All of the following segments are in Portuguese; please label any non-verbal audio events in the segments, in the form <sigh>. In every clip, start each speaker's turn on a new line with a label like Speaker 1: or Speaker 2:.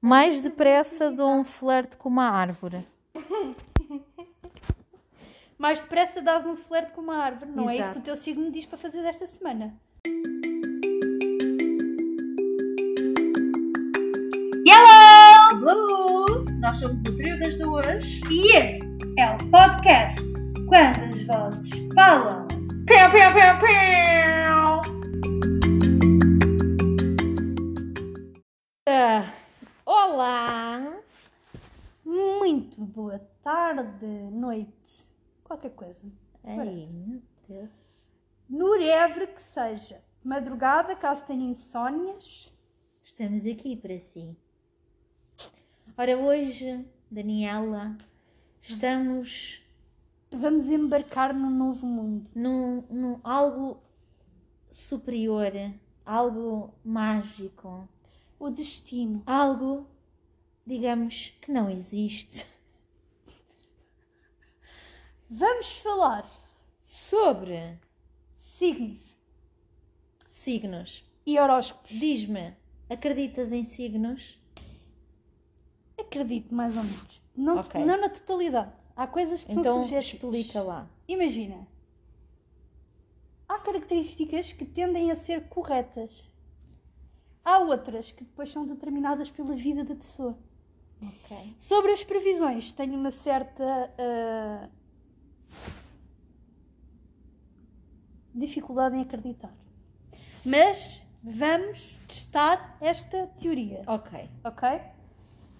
Speaker 1: Mais depressa dou um flerte com uma árvore.
Speaker 2: Mais depressa dás um flerte com uma árvore, não é isso
Speaker 1: Exato.
Speaker 2: que o teu signo me diz para fazer desta semana.
Speaker 3: Hello! Nós somos o Trio das Duas.
Speaker 2: E este é o podcast Quando as Vozes Falam.
Speaker 3: Pau, pau, pau, pau!
Speaker 1: Ah, Olá!
Speaker 2: Muito boa tarde, noite, qualquer coisa.
Speaker 1: Ai, meu Deus.
Speaker 2: Norevre que seja. Madrugada, caso tenha insónias.
Speaker 1: Estamos aqui para si. Ora, hoje, Daniela, estamos
Speaker 2: Vamos embarcar num novo mundo.
Speaker 1: num, num algo superior, algo mágico,
Speaker 2: O destino.
Speaker 1: algo, digamos, que não existe.
Speaker 2: Vamos falar
Speaker 1: Sobre
Speaker 2: signos
Speaker 1: signos.
Speaker 2: e horóscopos.
Speaker 1: Diz-me, acreditas em signos?
Speaker 2: Acredito, mais ou menos. Não,
Speaker 1: Ok.
Speaker 2: não na totalidade. Há coisas que são
Speaker 1: Então
Speaker 2: sugestas.
Speaker 1: explica lá.
Speaker 2: Imagina. Há características que tendem a ser corretas. Há outras que depois são determinadas pela vida da pessoa.
Speaker 1: Ok.
Speaker 2: Sobre as previsões, tenho uma certa ah, dificuldade em acreditar. Mas vamos testar esta teoria,
Speaker 1: Ok.
Speaker 2: ok?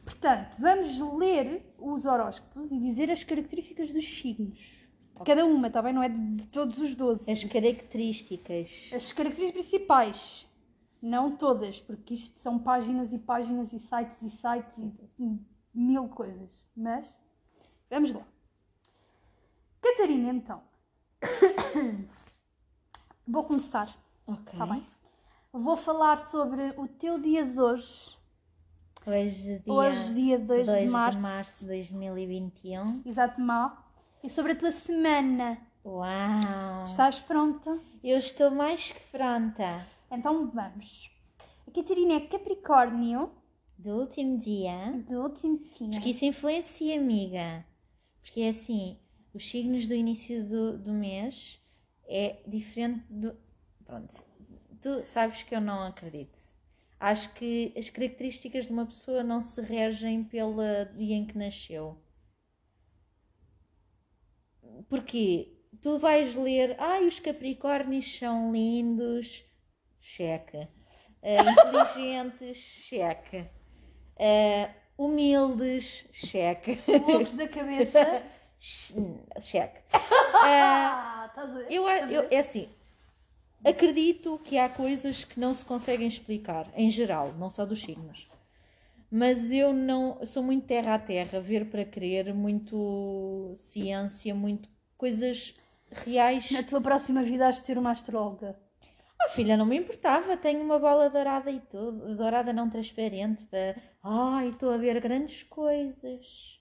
Speaker 2: Portanto, vamos ler os horóscopos e dizer as características dos signos. De cada uma, está bem? Não é de todos os 12.
Speaker 1: As características.
Speaker 2: As características principais, não todas, porque isto são páginas e páginas e sites e sites e, e mil coisas. Mas vamos lá. Catarina, então. <coughs> Vou começar,
Speaker 1: Ok.
Speaker 2: está Tá bem? Vou falar sobre o teu dia de hoje,
Speaker 1: Hoje, é dia,
Speaker 2: hoje, dia 2 de março,
Speaker 1: de março de 2021.
Speaker 2: exato, mal, e sobre a tua semana.
Speaker 1: Uau!
Speaker 2: Estás pronta?
Speaker 1: Eu estou mais que pronta.
Speaker 2: Então vamos. A Catarina é Capricórnio.
Speaker 1: Do último dia.
Speaker 2: Do último dia.
Speaker 1: Porque isso influencia, amiga. Porque é assim, os signos do início do, do mês é diferente do. Pronto. Tu sabes que eu não acredito. Acho que as características de uma pessoa não se regem pelo dia em que nasceu. Porque tu vais ler, ai, os Capricórnios são lindos, cheque. Ah, inteligentes, cheque. Ah, humildes, cheque.
Speaker 2: Loucos da <laughs> cabeça.
Speaker 1: cheque.
Speaker 2: ah, estás a ver?
Speaker 1: Eu, a- eu, é assim, acredito que há coisas que não se conseguem explicar, em geral, não só dos signos. Mas eu não sou muito terra a terra, ver para crer, muito ciência, muito coisas reais.
Speaker 2: Na tua próxima vida has de ser uma astróloga.
Speaker 1: Ah, filha, não me importava, tenho uma bola dourada e tudo, dourada não transparente, para... Ai, estou a ver grandes coisas.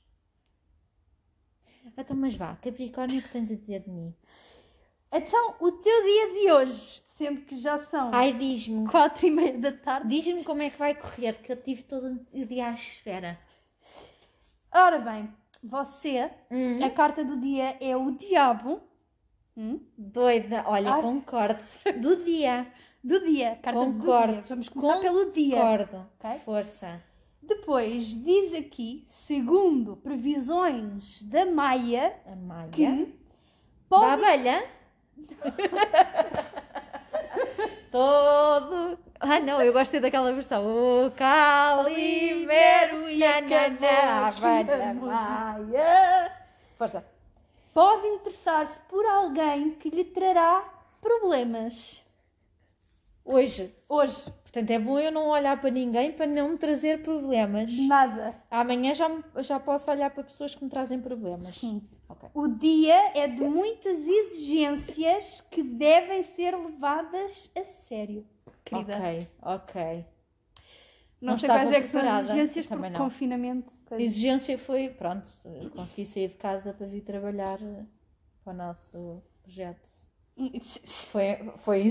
Speaker 1: Ah, Então, mas vá, Capricórnio, o que tens a dizer de mim?
Speaker 2: Então, o teu dia de hoje, sendo que já são
Speaker 1: Ai, diz-me,
Speaker 2: quatro e meia da tarde.
Speaker 1: Diz-me como é que vai correr, que eu tive todo o dia à espera.
Speaker 2: Ora bem, você,
Speaker 1: Hum.
Speaker 2: a carta do dia é o diabo. Hum?
Speaker 1: Doida, olha,
Speaker 2: Ai. <laughs>
Speaker 1: concordo. Do dia.
Speaker 2: Do dia, carta do dia.
Speaker 1: Concordo.
Speaker 2: Vamos começar pelo dia.
Speaker 1: Concordo.
Speaker 2: Ok.
Speaker 1: Força.
Speaker 2: Depois, diz aqui, segundo previsões da Maia,
Speaker 1: A Maia.
Speaker 2: que
Speaker 1: Da
Speaker 2: pode <laughs>
Speaker 1: abelha? Todo. Ah, não, eu gostei daquela versão. O Calibero e a Naná.
Speaker 2: Cavaquinho da
Speaker 1: Força.
Speaker 2: pode interessar-se por alguém que lhe trará problemas.
Speaker 1: Hoje.
Speaker 2: Hoje,
Speaker 1: Portanto, é bom eu não olhar para ninguém para não me trazer problemas.
Speaker 2: nada.
Speaker 1: Amanhã já, me- já posso olhar para pessoas que me trazem problemas.
Speaker 2: Sim.
Speaker 1: Ok.
Speaker 2: O dia é de muitas exigências que devem ser levadas a sério, querida.
Speaker 1: Ok, ok.
Speaker 2: Não,
Speaker 1: Não
Speaker 2: sei quais
Speaker 1: estava
Speaker 2: é que são as
Speaker 1: preparada.
Speaker 2: exigências
Speaker 1: Eu
Speaker 2: por
Speaker 1: também não.
Speaker 2: confinamento.
Speaker 1: A
Speaker 2: coisa. assim.
Speaker 1: exigência foi, pronto, consegui sair de casa para vir trabalhar eh, para o nosso projeto.
Speaker 2: Isso
Speaker 1: Foi, foi
Speaker 2: é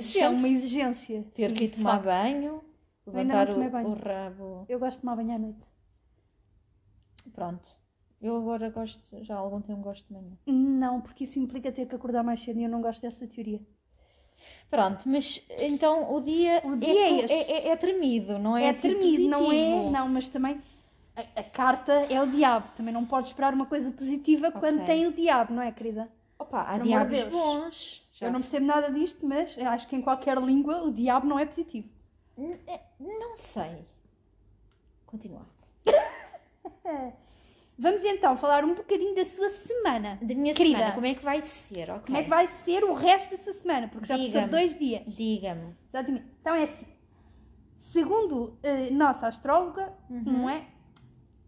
Speaker 1: exigente.
Speaker 2: uma exigência.
Speaker 1: Ter
Speaker 2: sim,
Speaker 1: que ir
Speaker 2: de
Speaker 1: tomar
Speaker 2: facto.
Speaker 1: banho,
Speaker 2: ainda não
Speaker 1: levantar o,
Speaker 2: tomei banho.
Speaker 1: o rabo.
Speaker 2: Eu gosto de tomar banho à noite.
Speaker 1: Pronto. Eu agora gosto, já há algum tempo gosto de manhã.
Speaker 2: Não, porque isso implica ter que acordar mais cedo e eu não gosto dessa teoria.
Speaker 1: Pronto, mas então o dia,
Speaker 2: O dia é
Speaker 1: é,
Speaker 2: este.
Speaker 1: é- é tremido, não é?
Speaker 2: É
Speaker 1: tipo
Speaker 2: tremido, não é?
Speaker 1: positivo.
Speaker 2: Não, mas também a, a carta é o diabo. Também não pode esperar uma coisa positiva quando
Speaker 1: Ok.
Speaker 2: tem o diabo, não é, querida?
Speaker 1: Opa, há
Speaker 2: Por amor de
Speaker 1: diabos
Speaker 2: Deus.
Speaker 1: bons. Já
Speaker 2: Eu não percebo nada disto, mas eu acho que em qualquer língua o diabo não é positivo.
Speaker 1: N- é- Não sei. Continuar.
Speaker 2: Vamos então falar um bocadinho da sua semana.
Speaker 1: Da minha
Speaker 2: Querida.
Speaker 1: semana, como é que vai ser? Ok.
Speaker 2: Como é que vai ser o resto da sua semana? Porque já passou
Speaker 1: Diga-me.
Speaker 2: dois dias.
Speaker 1: Diga-me.
Speaker 2: Exatamente. Então é assim. Segundo a nossa astróloga,
Speaker 1: Uhum.
Speaker 2: não é?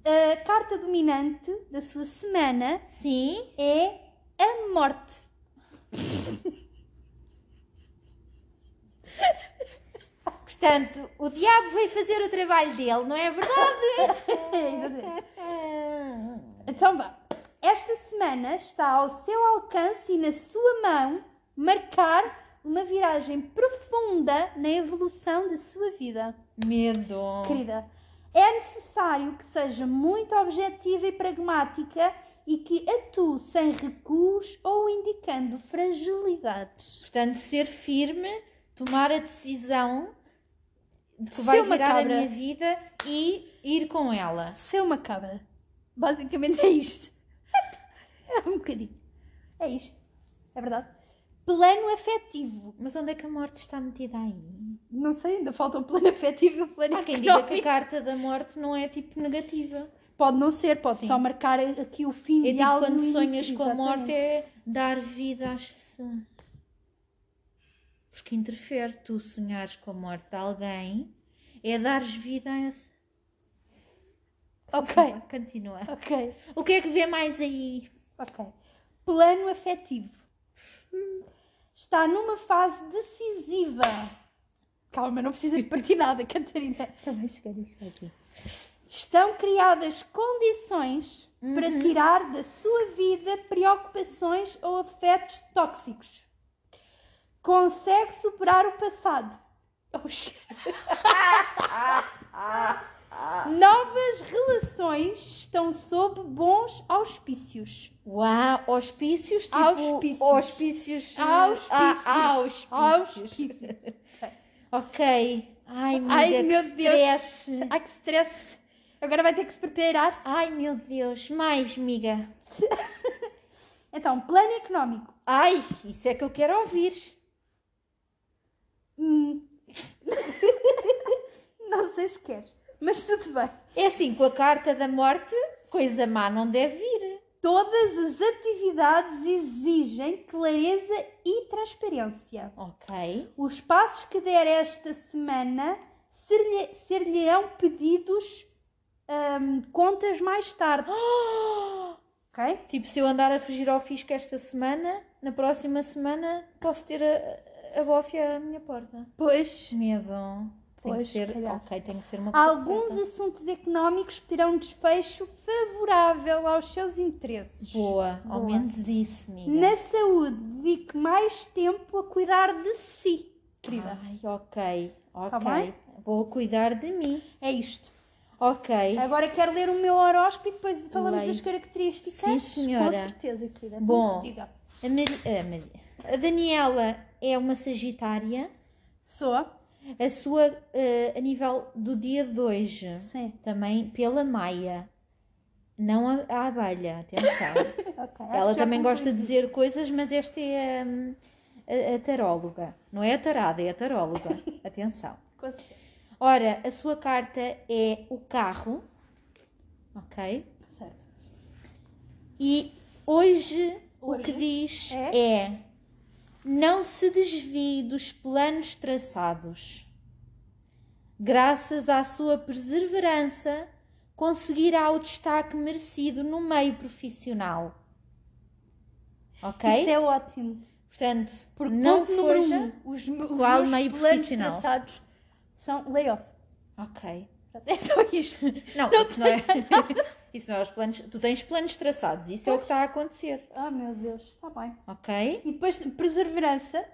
Speaker 2: A carta dominante da sua semana
Speaker 1: Sim?
Speaker 2: é a morte.
Speaker 1: Portanto, o diabo veio fazer o trabalho dele, não é verdade?
Speaker 2: Exatamente. então vá. Esta semana está ao seu alcance e na sua mão marcar uma viragem profunda na evolução da sua vida.
Speaker 1: Medo.
Speaker 2: Querida, é necessário que seja muito objetiva e pragmática e que atue sem recuos ou indicando fragilidades.
Speaker 1: Portanto, ser firme, tomar a decisão de que
Speaker 2: Ser
Speaker 1: vai
Speaker 2: uma
Speaker 1: virar
Speaker 2: cabra.
Speaker 1: a minha vida e ir com ela.
Speaker 2: Ser uma cabra. Basicamente é isto. <laughs> É um bocadinho. É isto. É verdade. Plano afetivo.
Speaker 1: Mas onde é que a morte está metida aí?
Speaker 2: Não sei, ainda falta o plano <laughs> afetivo e o plano
Speaker 1: Há quem diga
Speaker 2: económico.
Speaker 1: que a carta da morte não é tipo negativa.
Speaker 2: Pode não ser, pode
Speaker 1: Sim.
Speaker 2: só marcar aqui o fim
Speaker 1: É
Speaker 2: de
Speaker 1: tipo
Speaker 2: algo.
Speaker 1: quando
Speaker 2: no início.
Speaker 1: sonhas com a morte
Speaker 2: Exatamente.
Speaker 1: é dar vida às pessoas. Porque interfere tu sonhares com a morte de alguém é dares vida a essa. tipo
Speaker 2: Ok,
Speaker 1: Continua.
Speaker 2: ok.
Speaker 1: O que é que vê mais aí?
Speaker 2: Ok. Plano afetivo. Está numa fase decisiva. Calma, não precisas de partir nada, <laughs> Catarina.
Speaker 1: Também chegar isto aqui.
Speaker 2: Estão criadas condições
Speaker 1: Uhum.
Speaker 2: para tirar da sua vida preocupações ou afetos tóxicos. Consegue superar o passado.
Speaker 1: <laughs>
Speaker 2: Oxe. Novas relações estão sob bons auspícios.
Speaker 1: Uau, auspícios, tipo
Speaker 2: Auspícios.
Speaker 1: auspícios, eh,
Speaker 2: Auspícios.
Speaker 1: ah, auspícios.
Speaker 2: Auspícios.
Speaker 1: Ok. Ai, amiga,
Speaker 2: Ai,
Speaker 1: que
Speaker 2: meu
Speaker 1: stress.
Speaker 2: Deus. Ai, que stress. Agora vai ter que se preparar.
Speaker 1: Ai, meu Deus. Mais, amiga.
Speaker 2: Então, plano económico.
Speaker 1: Ai, isso é que eu quero ouvir.
Speaker 2: Não sei se queres, mas tudo bem.
Speaker 1: É assim, com a carta da morte, coisa má não deve vir.
Speaker 2: Todas as atividades exigem clareza e transparência.
Speaker 1: Ok.
Speaker 2: Os passos que der esta semana ser-lhe- ser-lhe-ão pedidos hum, contas mais tarde. ok?
Speaker 1: Tipo, se eu andar a fugir ao fisco esta semana, na próxima semana posso ter a, a bófia à minha porta.
Speaker 2: Pois.
Speaker 1: Medo. Tem
Speaker 2: Pois,
Speaker 1: que ser.
Speaker 2: se calhar.
Speaker 1: Ok, tem que ser uma
Speaker 2: Há
Speaker 1: pessoa
Speaker 2: alguns
Speaker 1: correta.
Speaker 2: assuntos económicos que terão um desfecho favorável aos seus interesses.
Speaker 1: Boa, ao
Speaker 2: Boa.
Speaker 1: menos isso, amiga.
Speaker 2: Na saúde, dedique mais tempo a cuidar de si, querida.
Speaker 1: Ai, ok, ok.
Speaker 2: Tá bem?
Speaker 1: Vou cuidar de mim.
Speaker 2: É isto.
Speaker 1: Ok.
Speaker 2: Agora quero ler o meu horóscopo e depois falamos
Speaker 1: Leia.
Speaker 2: das características.
Speaker 1: Sim, senhora.
Speaker 2: Com certeza, querida. Então,
Speaker 1: Bom.
Speaker 2: Diga.
Speaker 1: A, Mari- a Mari- a Daniela é uma Sagitária.
Speaker 2: Sou.
Speaker 1: A sua, eh, a nível do dia de hoje,
Speaker 2: Sim.
Speaker 1: também pela Maia. Não a, a abelha, atenção.
Speaker 2: Ok. <laughs> acho
Speaker 1: Ela
Speaker 2: que já
Speaker 1: também gosta de
Speaker 2: concluí.
Speaker 1: dizer coisas, mas esta é hum, a, a taróloga. Não é a tarada, é a taróloga.
Speaker 2: <laughs>
Speaker 1: atenção.
Speaker 2: Com certeza.
Speaker 1: Ora, a sua carta é o carro. Ok?
Speaker 2: Certo.
Speaker 1: E hoje, o
Speaker 2: Hoje
Speaker 1: que diz
Speaker 2: é?
Speaker 1: é? não se desvie dos planos traçados. Graças à sua perseverança, conseguirá o destaque merecido no meio profissional. Ok?
Speaker 2: Isso é ótimo.
Speaker 1: Portanto,
Speaker 2: Porque
Speaker 1: não
Speaker 2: ponto número
Speaker 1: forja.
Speaker 2: um, os, me- os
Speaker 1: qual
Speaker 2: meus
Speaker 1: meio
Speaker 2: planos
Speaker 1: profissional?
Speaker 2: traçados são layoff. <laughs>
Speaker 1: Ok.
Speaker 2: É só isto.
Speaker 1: Não, isso não é. <laughs> isso não é os planos. Tu tens planos traçados, isso é o que está a acontecer.
Speaker 2: Ah, meu Deus. Está bem.
Speaker 1: Ok?
Speaker 2: E depois, perseverança.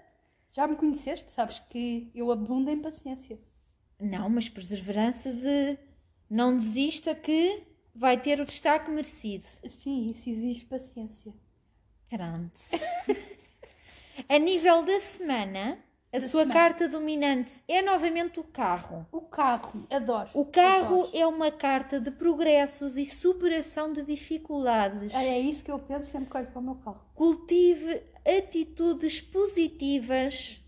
Speaker 2: Já me conheceste, sabes que eu abundo em paciência.
Speaker 1: Não, mas perseverança de não desista que vai ter o destaque merecido.
Speaker 2: Sim, isso exige paciência. <laughs>
Speaker 1: Pronto. a nível da semana, a
Speaker 2: Da
Speaker 1: sua
Speaker 2: semana.
Speaker 1: carta dominante é novamente o carro.
Speaker 2: O carro, adoro.
Speaker 1: O carro
Speaker 2: Adoro.
Speaker 1: é uma carta de progressos e superação de dificuldades.
Speaker 2: Olha, é isso que eu penso sempre que olho para o meu carro.
Speaker 1: Cultive atitudes positivas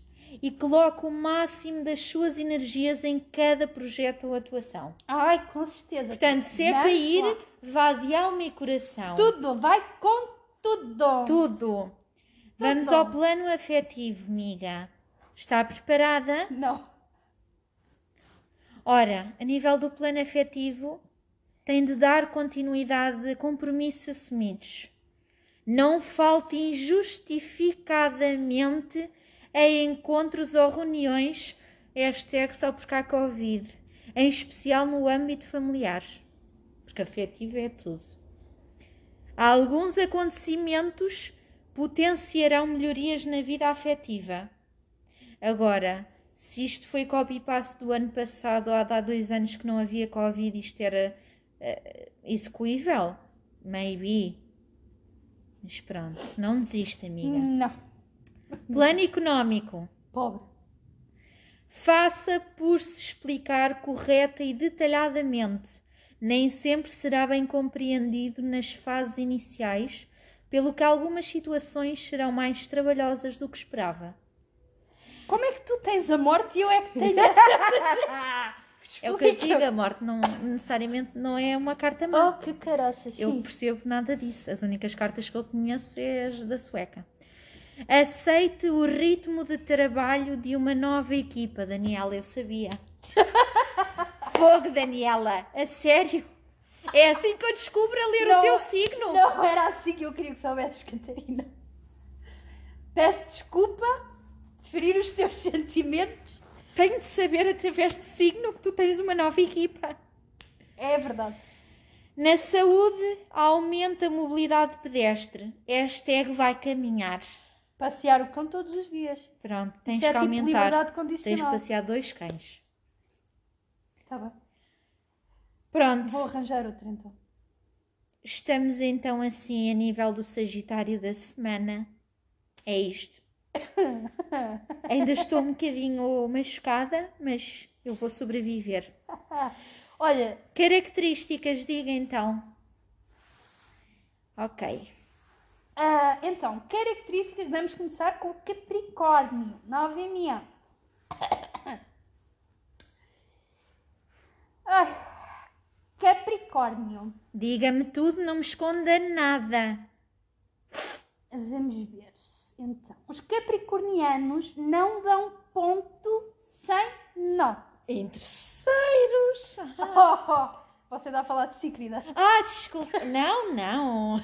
Speaker 1: e coloque o máximo das suas energias em cada projeto ou atuação.
Speaker 2: Ai, com certeza.
Speaker 1: Portanto, se é
Speaker 2: Vamos
Speaker 1: para ir,
Speaker 2: lá.
Speaker 1: vá de alma e coração.
Speaker 2: Tudo, vai com tudo.
Speaker 1: Tudo. Vamos
Speaker 2: Tudo.
Speaker 1: ao plano afetivo, miga. Está preparada?
Speaker 2: Não.
Speaker 1: Ora, a nível do plano afetivo, tem de dar continuidade a compromissos assumidos. Não falte injustificadamente a encontros ou reuniões, hashtag só porque há Covid, em especial no âmbito familiar, porque afetivo é tudo. Alguns acontecimentos potenciarão melhorias na vida afetiva. Agora, se isto foi copy-paste do ano passado ou há de há dois anos que não havia Covid, isto era eh, execuível? Maybe. Mas pronto, não desista, amiga.
Speaker 2: Não.
Speaker 1: Plano económico.
Speaker 2: Pobre.
Speaker 1: Faça por se explicar correta e detalhadamente. Nem sempre será bem compreendido nas fases iniciais, pelo que algumas situações serão mais trabalhosas do que esperava.
Speaker 2: Como é que tu tens a morte e eu é que tenho
Speaker 1: É o que eu digo, a morte não, necessariamente não é uma carta má.
Speaker 2: <laughs> Oh, que caraças.
Speaker 1: eu
Speaker 2: sim.
Speaker 1: percebo nada disso. As únicas cartas que eu conheço é as da sueca. Aceite o ritmo de trabalho de uma nova equipa. Daniela, eu
Speaker 2: <laughs>
Speaker 1: sabia. Fogo, Daniela. A sério? É assim que eu descubro a ler
Speaker 2: Não,
Speaker 1: o teu signo.
Speaker 2: Não era assim que eu queria que soubesses, Catarina. Peço desculpa de ferir os teus <laughs> sentimentos.
Speaker 1: Tenho de saber através do signo que tu tens uma nova equipa.
Speaker 2: É verdade.
Speaker 1: Na saúde, aumenta a mobilidade pedestre. Hashtag vai caminhar.
Speaker 2: Passear o cão todos os dias.
Speaker 1: Pronto, tens
Speaker 2: Isso é
Speaker 1: que
Speaker 2: tipo liberdade
Speaker 1: aumentar. Tens de
Speaker 2: condicional.
Speaker 1: passear dois cães.
Speaker 2: Tá bem.
Speaker 1: Pronto,
Speaker 2: Vou arranjar outro então.
Speaker 1: estamos então assim a nível do Sagitário da semana. É <laughs> isto. Ainda estou um bocadinho machucada, mas eu vou sobreviver.
Speaker 2: Ah. Olha,
Speaker 1: Características, diga então. Ok.
Speaker 2: ah, então, características, vamos começar com o Capricórnio, novamente. Ai, Capricórnio.
Speaker 1: Diga-me tudo, não me esconda nada.
Speaker 2: Vamos ver. Então, os capricornianos não dão ponto sem nó.
Speaker 1: Interesseiros.
Speaker 2: <laughs> Oh, oh, você dá a falar de si, querida.
Speaker 1: Ah, desculpa. Não, não.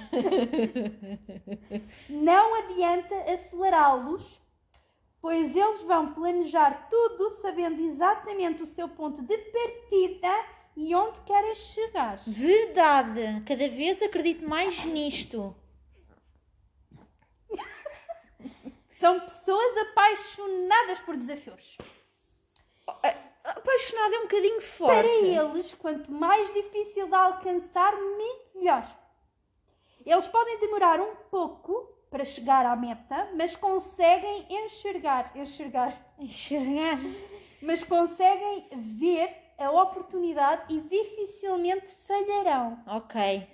Speaker 2: Não adianta acelerá-los, pois eles vão planejar tudo sabendo exatamente o seu ponto de partida e onde querem chegar.
Speaker 1: Verdade. Cada vez acredito mais nisto.
Speaker 2: São pessoas apaixonadas por desafios.
Speaker 1: Apaixonada é um bocadinho forte.
Speaker 2: Para eles, quanto mais difícil de alcançar, melhor. Eles podem demorar um pouco para chegar à meta, mas conseguem enxergar, enxergar,
Speaker 1: Enxergar.
Speaker 2: mas conseguem ver a oportunidade e dificilmente falharão.
Speaker 1: Ok.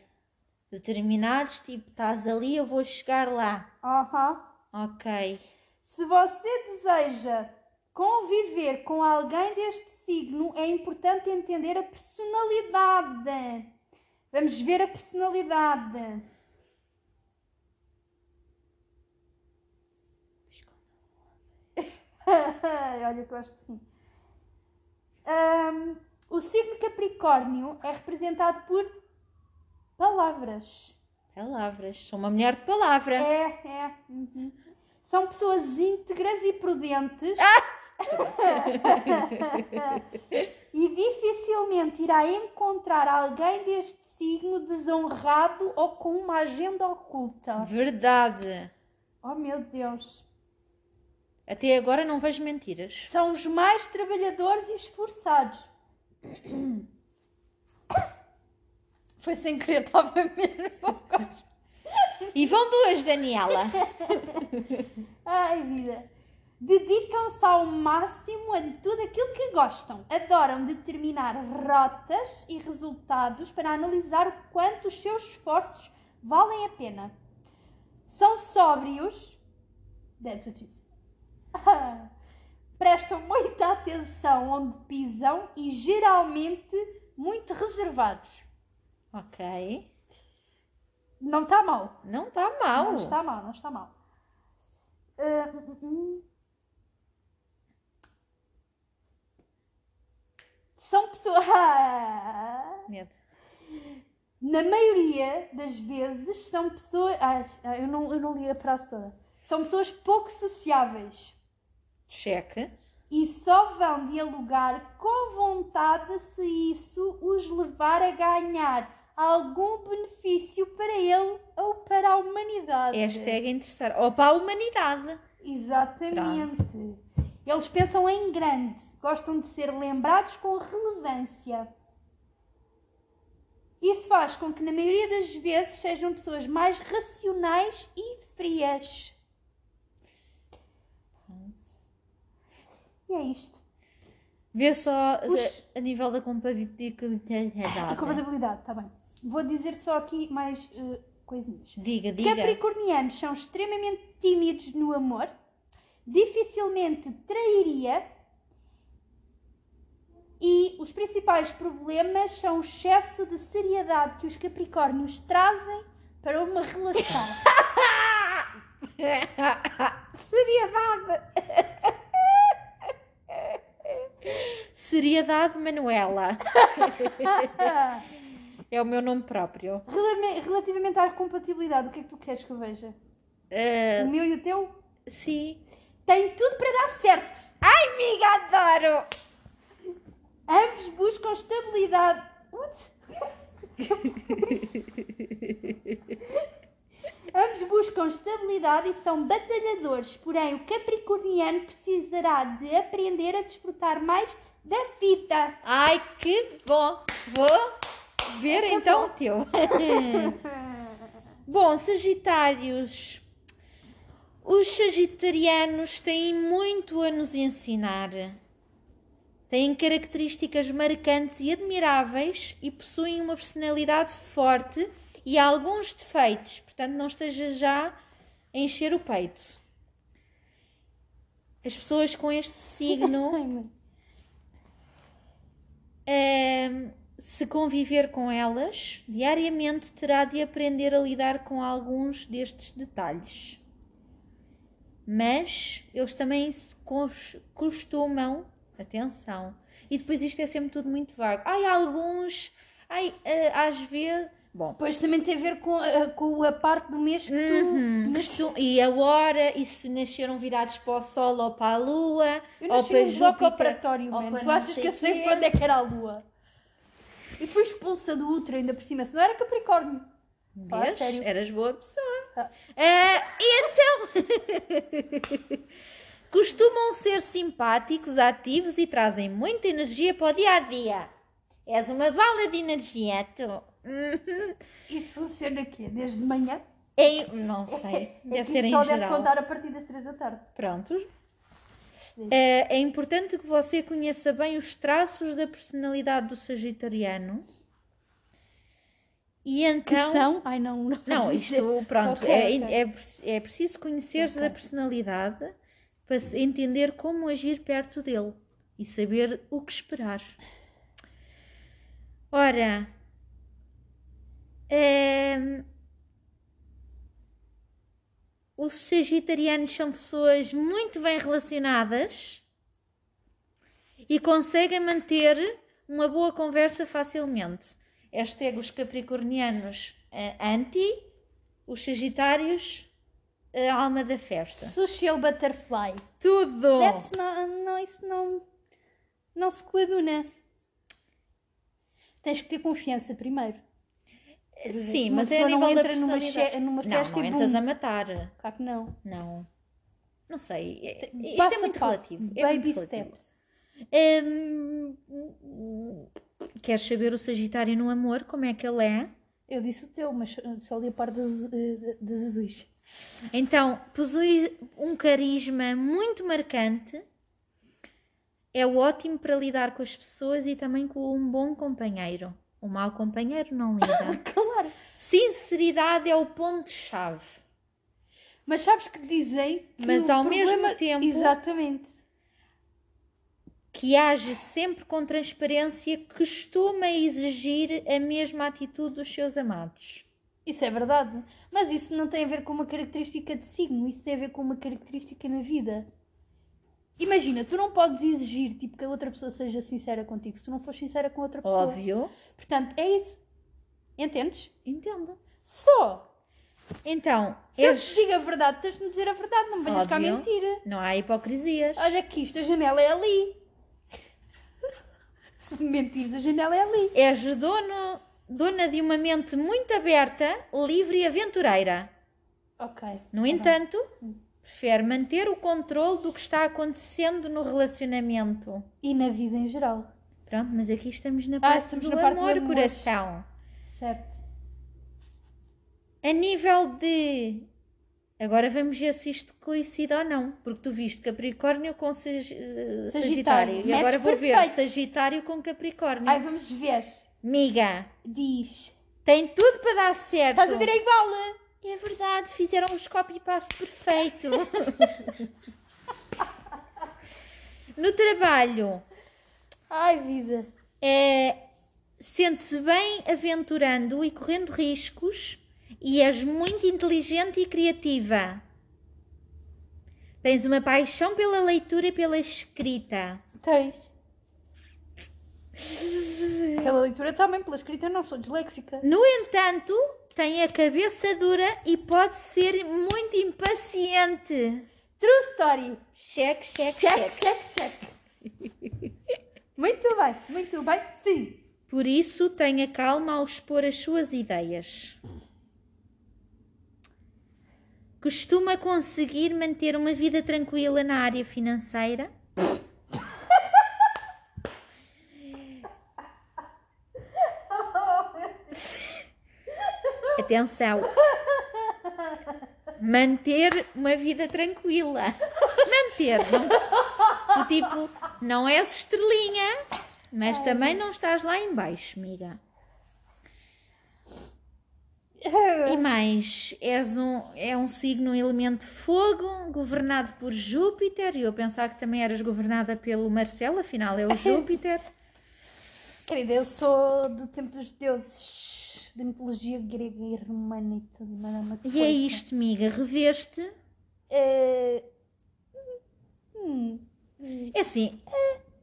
Speaker 1: Determinados, tipo, estás ali, eu vou chegar lá.
Speaker 2: Aham.
Speaker 1: Ok.
Speaker 2: Se você deseja conviver com alguém deste signo, é importante entender a personalidade. Vamos ver a personalidade. <laughs> Olha, que eu acho que sim. Ahm, o signo Capricórnio é representado por palavras.
Speaker 1: Palavras. Sou uma mulher de palavra.
Speaker 2: É, é. uhum. São pessoas íntegras e prudentes. <laughs> e dificilmente irá encontrar alguém deste signo desonrado ou com uma agenda oculta.
Speaker 1: Verdade.
Speaker 2: Oh meu Deus.
Speaker 1: Até agora não vejo mentiras.
Speaker 2: São os mais trabalhadores e esforçados. <coughs> Foi sem querer, estava mesmo.
Speaker 1: E vão duas,
Speaker 2: <laughs>
Speaker 1: Daniela.
Speaker 2: Ai, vida. Dedicam-se ao máximo a tudo aquilo que gostam. Adoram determinar rotas e resultados para analisar o quanto os seus esforços valem a pena. São sóbrios. That's what she said. <laughs> Prestam muita atenção onde pisam e geralmente muito reservados.
Speaker 1: ok.
Speaker 2: Não está mal.
Speaker 1: Não está mal.
Speaker 2: Não está mal, não está mal. Ah, hum, hum. São pessoas.
Speaker 1: Medo.
Speaker 2: Na maioria das vezes são pessoas. Ai, ah, eu, não, eu não li a frase toda. São pessoas pouco sociáveis
Speaker 1: Cheque.
Speaker 2: e só vão dialogar com vontade se isso os levar a ganhar algum benefício para ele ou para a humanidade.
Speaker 1: Hashtag interessar. Ou para é a humanidade.
Speaker 2: Exatamente. Eles pensam em grande, gostam de ser lembrados com relevância. Isso faz com que, na maioria das vezes, sejam pessoas mais racionais e frias. E é isto.
Speaker 1: Vê só a-
Speaker 2: Os-
Speaker 1: a, nível da compatibilidade.
Speaker 2: <laughs> A compatibilidade, está bem. Vou dizer só aqui mais eh, coisinhas.
Speaker 1: Diga,
Speaker 2: é
Speaker 1: diga.
Speaker 2: Capricornianos são extremamente tímidos no amor, dificilmente trairia e os principais problemas são o excesso de seriedade que os Capricórnios trazem para uma relação.
Speaker 1: Seriedade. <laughs> Seriedade Manuela. É o meu nome próprio.
Speaker 2: Relame- Relativamente à compatibilidade, o que é que tu queres que eu veja? O meu e o teu?
Speaker 1: Sim.
Speaker 2: Tem tudo para dar certo!
Speaker 1: Amiga, adoro!
Speaker 2: Ambos buscam estabilidade.
Speaker 1: <laughs>
Speaker 2: What? Ambos buscam estabilidade e são batalhadores, porém o Capricorniano precisará de aprender a desfrutar mais da vida.
Speaker 1: Ai, que bom! Vou ver então o teu. <laughs> bom, Sagitários. Os Sagitarianos têm muito a nos ensinar. Têm características marcantes e admiráveis e possuem uma personalidade forte e alguns defeitos. Portanto, não esteja já a encher o peito. As pessoas com este signo
Speaker 2: <laughs> Ai, mãe.
Speaker 1: Ahm, se conviver com elas, diariamente terá de aprender a lidar com alguns destes detalhes. Mas eles também se cons- costumam. Atenção! E depois isto é sempre tudo muito vago. Ai, alguns. Ai, ah, às vezes. Bom.
Speaker 2: Pois também tem a ver com, a- com a parte do mês que tu.
Speaker 1: Uhum, costum- e a hora, e se nasceram virados para o Sol ou para a Lua,
Speaker 2: Eu
Speaker 1: ou
Speaker 2: nasci
Speaker 1: para
Speaker 2: num bloco
Speaker 1: Júpiter,
Speaker 2: operatório,
Speaker 1: ou
Speaker 2: mano.
Speaker 1: para
Speaker 2: Tu
Speaker 1: não
Speaker 2: achas
Speaker 1: sei
Speaker 2: que eu sei
Speaker 1: quê.
Speaker 2: para onde é que era a lua? E fui expulsa do útero ainda por cima, se não era Capricórnio. Fala
Speaker 1: Vês?
Speaker 2: sério.
Speaker 1: Eras boa pessoa.
Speaker 2: Ah.
Speaker 1: Ah, e então. <laughs> Costumam ser simpáticos, ativos e trazem muita energia para o dia a dia. És uma bala de energia, tu. Uhum.
Speaker 2: Isso funciona aqui desde de manhã.
Speaker 1: Ei, não sei.
Speaker 2: <laughs> É
Speaker 1: Deve
Speaker 2: que
Speaker 1: ser
Speaker 2: isso
Speaker 1: em
Speaker 2: só
Speaker 1: geral.
Speaker 2: deve contar a partir das 3 da tarde.
Speaker 1: Prontos. É, é importante que você conheça bem os traços da personalidade do Sagitariano. E então.
Speaker 2: são? Ai não, não.
Speaker 1: Não,
Speaker 2: <laughs> vamos dizer.
Speaker 1: isto, pronto,
Speaker 2: Ok,
Speaker 1: é,
Speaker 2: ok.
Speaker 1: é preci- é preciso conheceres a personalidade para se entender como agir perto dele e saber o que esperar. Ora, ehm, os sagitarianos são pessoas muito bem relacionadas e conseguem manter uma boa conversa facilmente. Hashtag os capricornianos eh, anti, os sagitários eh, a alma da festa.
Speaker 2: Social Butterfly.
Speaker 1: Tudo!
Speaker 2: That's not, não, isso não. Não se coaduna. Tens que ter confiança primeiro.
Speaker 1: Sim,
Speaker 2: Uma
Speaker 1: mas é a nível
Speaker 2: pessoa não
Speaker 1: da
Speaker 2: entra numa
Speaker 1: personalidade.
Speaker 2: che- numa
Speaker 1: não,
Speaker 2: festa
Speaker 1: não
Speaker 2: e
Speaker 1: entras
Speaker 2: bum.
Speaker 1: a matar.
Speaker 2: Claro que não.
Speaker 1: Não. Não sei. É-
Speaker 2: Te-
Speaker 1: Isto
Speaker 2: passo
Speaker 1: é
Speaker 2: a
Speaker 1: muito
Speaker 2: passo.
Speaker 1: relativo. é muito
Speaker 2: Baby
Speaker 1: relativo.
Speaker 2: steps.
Speaker 1: Hum, Queres saber o Sagitário no amor, como é que ele é?
Speaker 2: Eu disse o teu, mas só li a parte das, eh, das azuis.
Speaker 1: Então, possui um carisma muito marcante, é ótimo para lidar com as pessoas e também com um bom companheiro. Um mau companheiro não
Speaker 2: <laughs>
Speaker 1: lida.
Speaker 2: Claro!
Speaker 1: Sinceridade é o ponto-chave.
Speaker 2: Mas sabes que dizem que
Speaker 1: Mas
Speaker 2: o
Speaker 1: ao mesmo
Speaker 2: problema-
Speaker 1: tempo-
Speaker 2: Exatamente.
Speaker 1: Que age sempre com transparência, costuma exigir a mesma atitude dos seus amados.
Speaker 2: Isso é verdade. Mas isso não tem a ver com uma característica de signo, isso tem a ver com uma característica na vida. Imagina, tu não podes exigir tipo, que a outra pessoa seja sincera contigo se tu não fores sincera com a outra pessoa.
Speaker 1: Óbvio?
Speaker 2: Portanto, é isso. Entendes?
Speaker 1: Entendo.
Speaker 2: Só!
Speaker 1: Então,
Speaker 2: Se eu
Speaker 1: és-
Speaker 2: te digo a verdade, tens de me dizer a verdade, não me venhas cá
Speaker 1: Óbvio.
Speaker 2: mentir.
Speaker 1: não há hipocrisias.
Speaker 2: Olha que isto, a janela é ali. <laughs> Se me mentires, a janela é ali.
Speaker 1: És dono, dona de uma mente muito aberta, livre e aventureira.
Speaker 2: Ok.
Speaker 1: No entanto, prefere manter o controle do que está acontecendo no relacionamento.
Speaker 2: E na vida em geral.
Speaker 1: Pronto, mas aqui estamos na parte,
Speaker 2: Ah, estamos
Speaker 1: do,
Speaker 2: na parte do
Speaker 1: amor,
Speaker 2: amor.
Speaker 1: coração.
Speaker 2: Certo.
Speaker 1: A nível de. Agora vamos ver se isto coincide ou não. Porque tu viste Capricórnio com sag- eh,
Speaker 2: Sagitário.
Speaker 1: Sagitário. E
Speaker 2: Match
Speaker 1: agora vou ver
Speaker 2: perfeito.
Speaker 1: Sagitário com Capricórnio.
Speaker 2: Ai, vamos ver.
Speaker 1: Miga,
Speaker 2: Diz.
Speaker 1: tem tudo para dar certo.
Speaker 2: Estás a ver? É igual.
Speaker 1: É verdade, fizeram os copy-paste perfeito. <laughs> no trabalho,
Speaker 2: Ai, vida.
Speaker 1: é, sente-se bem aventurando e correndo riscos e és muito inteligente e criativa. Tens uma paixão pela leitura e pela escrita.
Speaker 2: Tens. Pela leitura também, pela escrita eu não sou disléxica.
Speaker 1: No entanto, tem a cabeça dura e pode ser muito impaciente.
Speaker 2: True story.
Speaker 1: Cheque, cheque,
Speaker 2: Check,
Speaker 1: cheque.
Speaker 2: check, check. Muito bem, muito bem. Sim.
Speaker 1: Por isso, tenha calma ao expor as suas ideias. Costuma conseguir manter uma vida tranquila na área financeira. Atenção. Manter uma vida tranquila. Manter, não. Do tipo, não és estrelinha, mas também não estás lá em baixo, amiga.
Speaker 2: <laughs>
Speaker 1: E mais, és um, é um signo um elemento fogo, governado por Júpiter, e eu pensava que também eras governada pelo Marcelo, afinal
Speaker 2: <laughs>
Speaker 1: é o Júpiter.
Speaker 2: Querida, eu sou do tempo dos deuses, da mitologia grega e romana e tudo, mas é uma coisa.
Speaker 1: E é isto, amiga, reveste.
Speaker 2: Eh,
Speaker 1: É assim,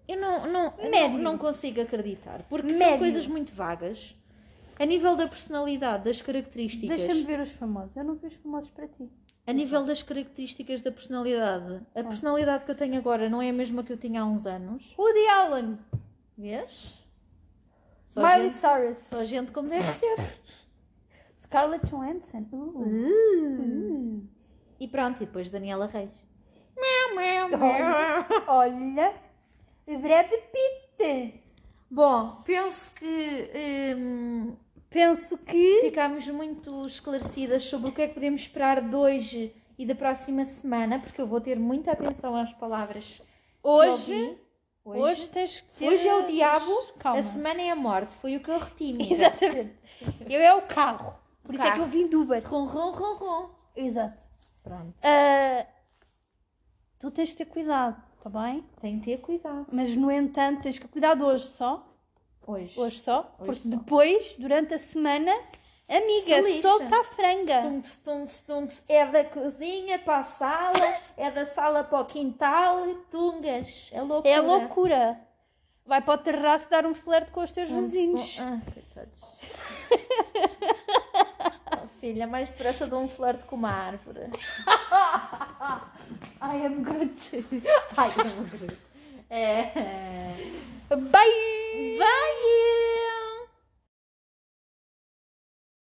Speaker 1: eu não, não, não,
Speaker 2: Médio.
Speaker 1: não consigo acreditar, porque são
Speaker 2: Médio.
Speaker 1: coisas muito vagas. A nível da personalidade, das características.
Speaker 2: Deixa-me ver os famosos. Eu não vi os famosos para ti.
Speaker 1: A nível das características da personalidade,
Speaker 2: Ah.
Speaker 1: a personalidade que eu tenho agora não é a mesma que eu tinha há uns anos.
Speaker 2: Woody Allen,
Speaker 1: Vês? Só,
Speaker 2: Miley
Speaker 1: gente,
Speaker 2: Cyrus,
Speaker 1: só gente como
Speaker 2: Ah.
Speaker 1: deve ser.
Speaker 2: Scarlett Johansson. Uh.
Speaker 1: E pronto, e depois Daniela Reis.
Speaker 2: Olha, olha, Brad Pitt.
Speaker 1: Bom, penso que. hum,
Speaker 2: Penso que
Speaker 1: Ficámos muito esclarecidas sobre o que é que podemos esperar de hoje e da próxima semana, porque eu vou ter muita atenção às palavras. que eu
Speaker 2: hoje,
Speaker 1: ouvi.
Speaker 2: hoje,
Speaker 1: hoje,
Speaker 2: tens que ter...
Speaker 1: hoje é o diabo,
Speaker 2: Calma.
Speaker 1: a semana é a morte. Foi o que eu reti, amiga.
Speaker 2: <laughs> Exatamente. Eu é o carro. Por isso é que
Speaker 1: Carro.
Speaker 2: eu vim do Uber.
Speaker 1: Rum, rum, rum, rum.
Speaker 2: Exato.
Speaker 1: Pronto.
Speaker 2: Ah, tu tens de ter cuidado, está bem?
Speaker 1: Tem que ter cuidado.
Speaker 2: Mas, no entanto, tens que cuidar de hoje só.
Speaker 1: Hoje.
Speaker 2: Hoje só.
Speaker 1: Hoje
Speaker 2: porque
Speaker 1: só.
Speaker 2: depois, durante a semana,
Speaker 1: Se
Speaker 2: amiga,
Speaker 1: lixa.
Speaker 2: solta a franga.
Speaker 1: Tunks, tunks, tunks. É da cozinha para a sala, é da sala para o quintal. Tungas. É loucura.
Speaker 2: É loucura. Vai para o terraço dar um flerte com os teus
Speaker 1: Tunks,
Speaker 2: vizinhos.
Speaker 1: tun- Ah, coitados. Oh, filha, mais depressa de um flerte com uma árvore.
Speaker 2: I am good.
Speaker 1: É. Ai, que loucura. É.
Speaker 2: Bye!
Speaker 1: Vai!